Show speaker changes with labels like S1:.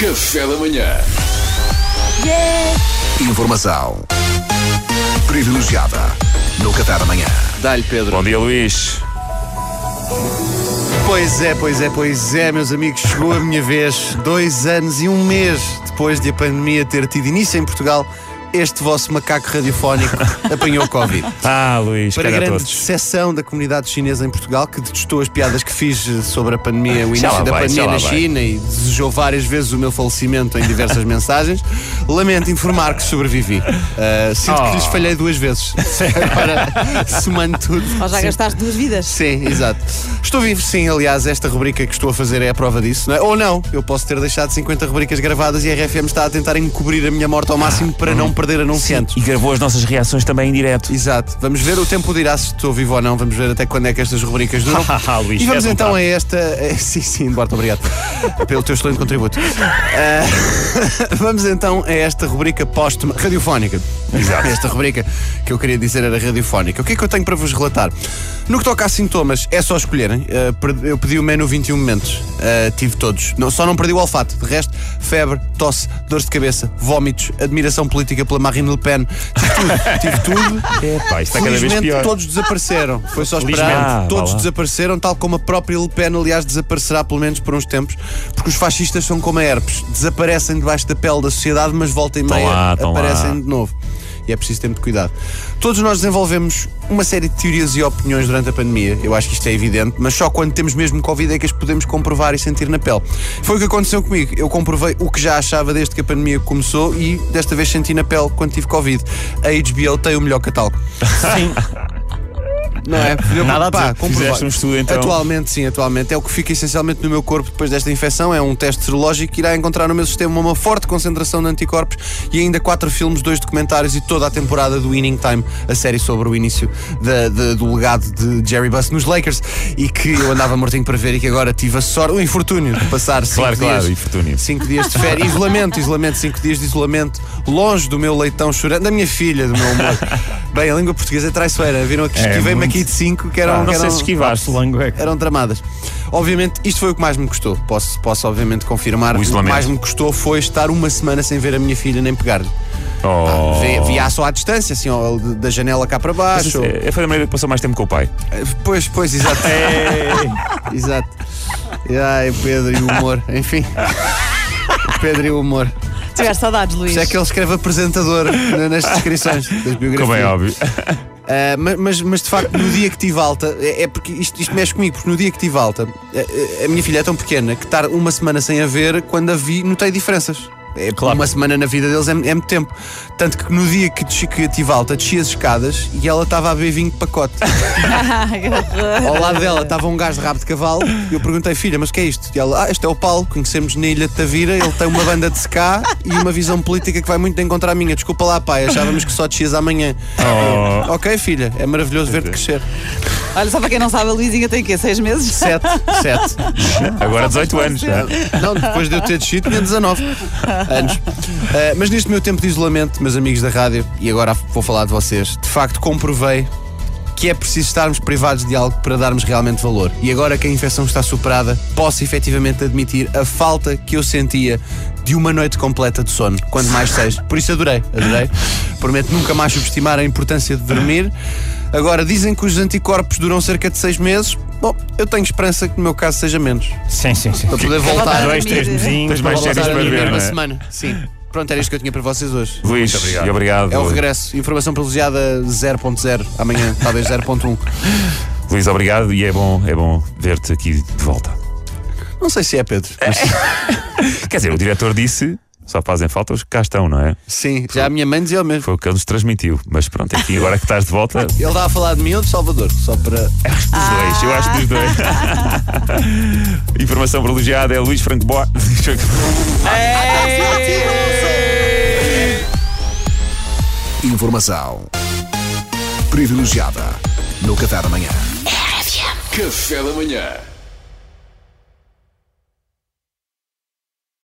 S1: Café da manhã.
S2: Informação privilegiada no Café da Manhã.
S3: Dá-lhe, Pedro.
S4: Bom dia, Luís.
S5: Pois é, pois é, pois é, meus amigos, chegou a minha vez. Dois anos e um mês depois de a pandemia ter tido início em Portugal, este vosso macaco radiofónico apanhou Covid.
S4: Ah, Luís,
S5: Para
S4: cara a
S5: grande
S4: todos.
S5: decepção da comunidade chinesa em Portugal, que detestou as piadas que fiz eh, sobre a pandemia, o
S4: Ah, Já lá
S5: início da
S4: vai, já
S5: pandemia
S4: lá
S5: na
S4: vai.
S5: China e desejou várias vezes o meu falecimento em diversas mensagens, lamento informar que sobrevivi. Ah, sinto
S4: Oh.
S5: que lhes falhei duas vezes. Agora, somando tudo.
S6: Ou já
S5: sinto
S6: gastaste duas vidas?
S5: Sim, exato. Estou vivo, sim. Aliás, esta rubrica que estou a fazer é a prova disso, não é? Ou não, eu posso ter deixado 50 rubricas gravadas e a RFM está a tentar encobrir a minha morte ao máximo para não perder anunciantes.
S4: E gravou as nossas reações também em direto.
S5: Exato. Vamos ver o tempo dirá se estou vivo ou não. Vamos ver até quando é que estas rubricas duram.
S4: Hahaha, Luís,
S5: e vamos
S4: és um
S5: então
S4: tato.
S5: a esta. eh, Sim, sim, Duarte, obrigado pelo teu excelente contributo. Ah, vamos então a esta rubrica póstuma radiofónica. Exato. Esta rubrica que eu queria dizer era radiofónica. O que é que eu tenho para vos relatar? No que toca a sintomas, é só escolherem. Ah, per- eu pedi o menu 21 momentos. Ah, tive todos. Não- só não perdi o olfato. De resto, febre, tosse, dores de cabeça, vómitos, admiração política pela Marine Le Pen. Tive tudo. Tive tudo.
S4: Pá, isto está cada vez
S5: Felizmente
S4: pior.
S5: todos desapareceram. Foi só
S4: Felizmente.
S5: esperar.
S4: Ah,
S5: todos
S4: vá lá.
S5: desapareceram, tal como a própria Le Pen, aliás, desaparecerá pelo menos por uns tempos, porque os fascistas são como a herpes, desaparecem debaixo da pele da sociedade, mas volta e meia
S4: lá, estão lá.
S5: aparecem de novo. E é preciso ter muito cuidado. Todos nós desenvolvemos uma série de teorias e opiniões durante a pandemia. Eu acho que isto é evidente, mas só quando temos mesmo Covid é que as podemos comprovar e sentir na pele. Foi o que aconteceu comigo. Eu comprovei o que já achava desde que a pandemia começou e desta vez senti na pele quando tive Covid. A HBO tem o melhor catálogo. Sim. Não é?
S4: Nada a dizer.
S5: comprovado.
S4: Fizeste um estudo, então.
S5: Atualmente, sim, atualmente. É o que fica essencialmente no meu corpo depois desta infecção. É um teste serológico que irá encontrar no meu sistema uma forte concentração de anticorpos e ainda quatro filmes, dois documentários e toda a temporada do Winning Time, a série sobre o início da- da- do legado de Jerry Buss nos Lakers e que eu andava mortinho para ver e que agora tive a sorte, o infortúnio de passar cinco
S4: Claro,
S5: dias.
S4: claro, infortúnio.
S5: 5 dias de férias, isolamento, isolamento, 5 dias de isolamento, longe do meu leitão chorando, da minha filha, do meu amor. Bem, a língua portuguesa é traiçoeira, viram que
S4: É,
S5: esquivei-me
S4: muito.
S5: aqui de 5 que eram.
S4: Ah, não
S5: que
S4: sei
S5: eram-
S4: se esquivaste.
S5: eram tramadas. Obviamente, isto foi o que mais me custou. Posso, posso obviamente, confirmar.
S4: O
S5: que
S4: isolamento.
S5: mais me custou foi estar uma semana sem ver a minha filha nem pegar-lhe.
S4: Oh.
S5: Vi- Via só à distância, assim, ó, de- da janela cá para
S4: Mas,
S5: baixo. ou-
S4: é, Foi a maneira que passou mais tempo com o pai.
S5: Pois, pois, exato.
S4: É.
S5: Exato. Ai, o Pedro e o humor. Enfim. O Pedro e o humor.
S6: Tiveste saudades, Luís.
S5: Se é que ele escreve apresentador na- nas descrições das biografias.
S4: Como é óbvio.
S5: Uh, ma- mas, mas de facto, no dia que tive alta, é, é porque isto, isto mexe comigo, porque no dia que tive alta, a, a- a minha filha é tão pequena que estar uma semana sem a ver, quando a vi, notei diferenças. É,
S4: Claro.
S5: Uma semana na vida deles é, é muito tempo. Tanto que no dia que, desci- que tive alta, desci as escadas e ela estava a beber vinho de pacote.
S6: Ah,
S5: Ao lado dela estava um gajo de rabo de cavalo e eu perguntei, filha, mas o que é isto? E ela, ah, este é o Paulo, conhecemos na Ilha de Tavira, ele tem uma banda de ska e uma visão política que vai muito de encontrar a minha. Desculpa lá, pai, achávamos que só descias amanhã.
S4: Oh.
S5: Eu, ok, filha, é maravilhoso ver-te crescer.
S6: Olha, só para quem não sabe, a Luizinha tem o quê? Seis meses?
S5: Sete, sete.
S4: Agora 18 anos. não é?
S5: Não, depois de eu ter descido, tinha 19 anos. Ah, mas neste meu tempo de isolamento, meus amigos da rádio, e agora vou falar de vocês, de facto comprovei que é preciso estarmos privados de algo para darmos realmente valor. E agora que a infecção está superada, posso efetivamente admitir a falta que eu sentia de uma noite completa de sono, quando mais seis. Por isso adorei, adorei. Prometo nunca mais subestimar a importância de dormir. Agora, dizem que os anticorpos duram cerca de seis meses. Bom, eu tenho esperança que no meu caso seja menos.
S7: Sim, sim, sim.
S5: Para poder voltar.
S7: Dois, três mesinhos.
S4: Tens mais
S5: Vou
S4: séries
S5: voltar a
S4: para
S5: dormir
S4: ver.
S5: na
S4: não é?
S5: semana. Sim. Pronto, era isto que eu tinha para vocês hoje.
S4: Luís, e obrigado.
S5: É o regresso. Informação privilegiada 0.0. Amanhã, talvez 0.1.
S4: Luís, obrigado e é bom, é bom ver-te aqui de volta.
S5: Não sei se é, Pedro.
S4: Quer dizer, o diretor disse. Só fazem falta os que cá estão, não é?
S5: Sim, já a minha mãe dizia o mesmo.
S4: Foi o que ele nos transmitiu. Mas pronto, aqui agora que estás de volta,
S5: Ele estava a falar de mim ou de Salvador? Só para.
S4: Dos dois, eu acho que dos dois. Informação privilegiada é Luís Franco Bo...
S2: Informação privilegiada no Café da Manhã.
S1: Café da manhã.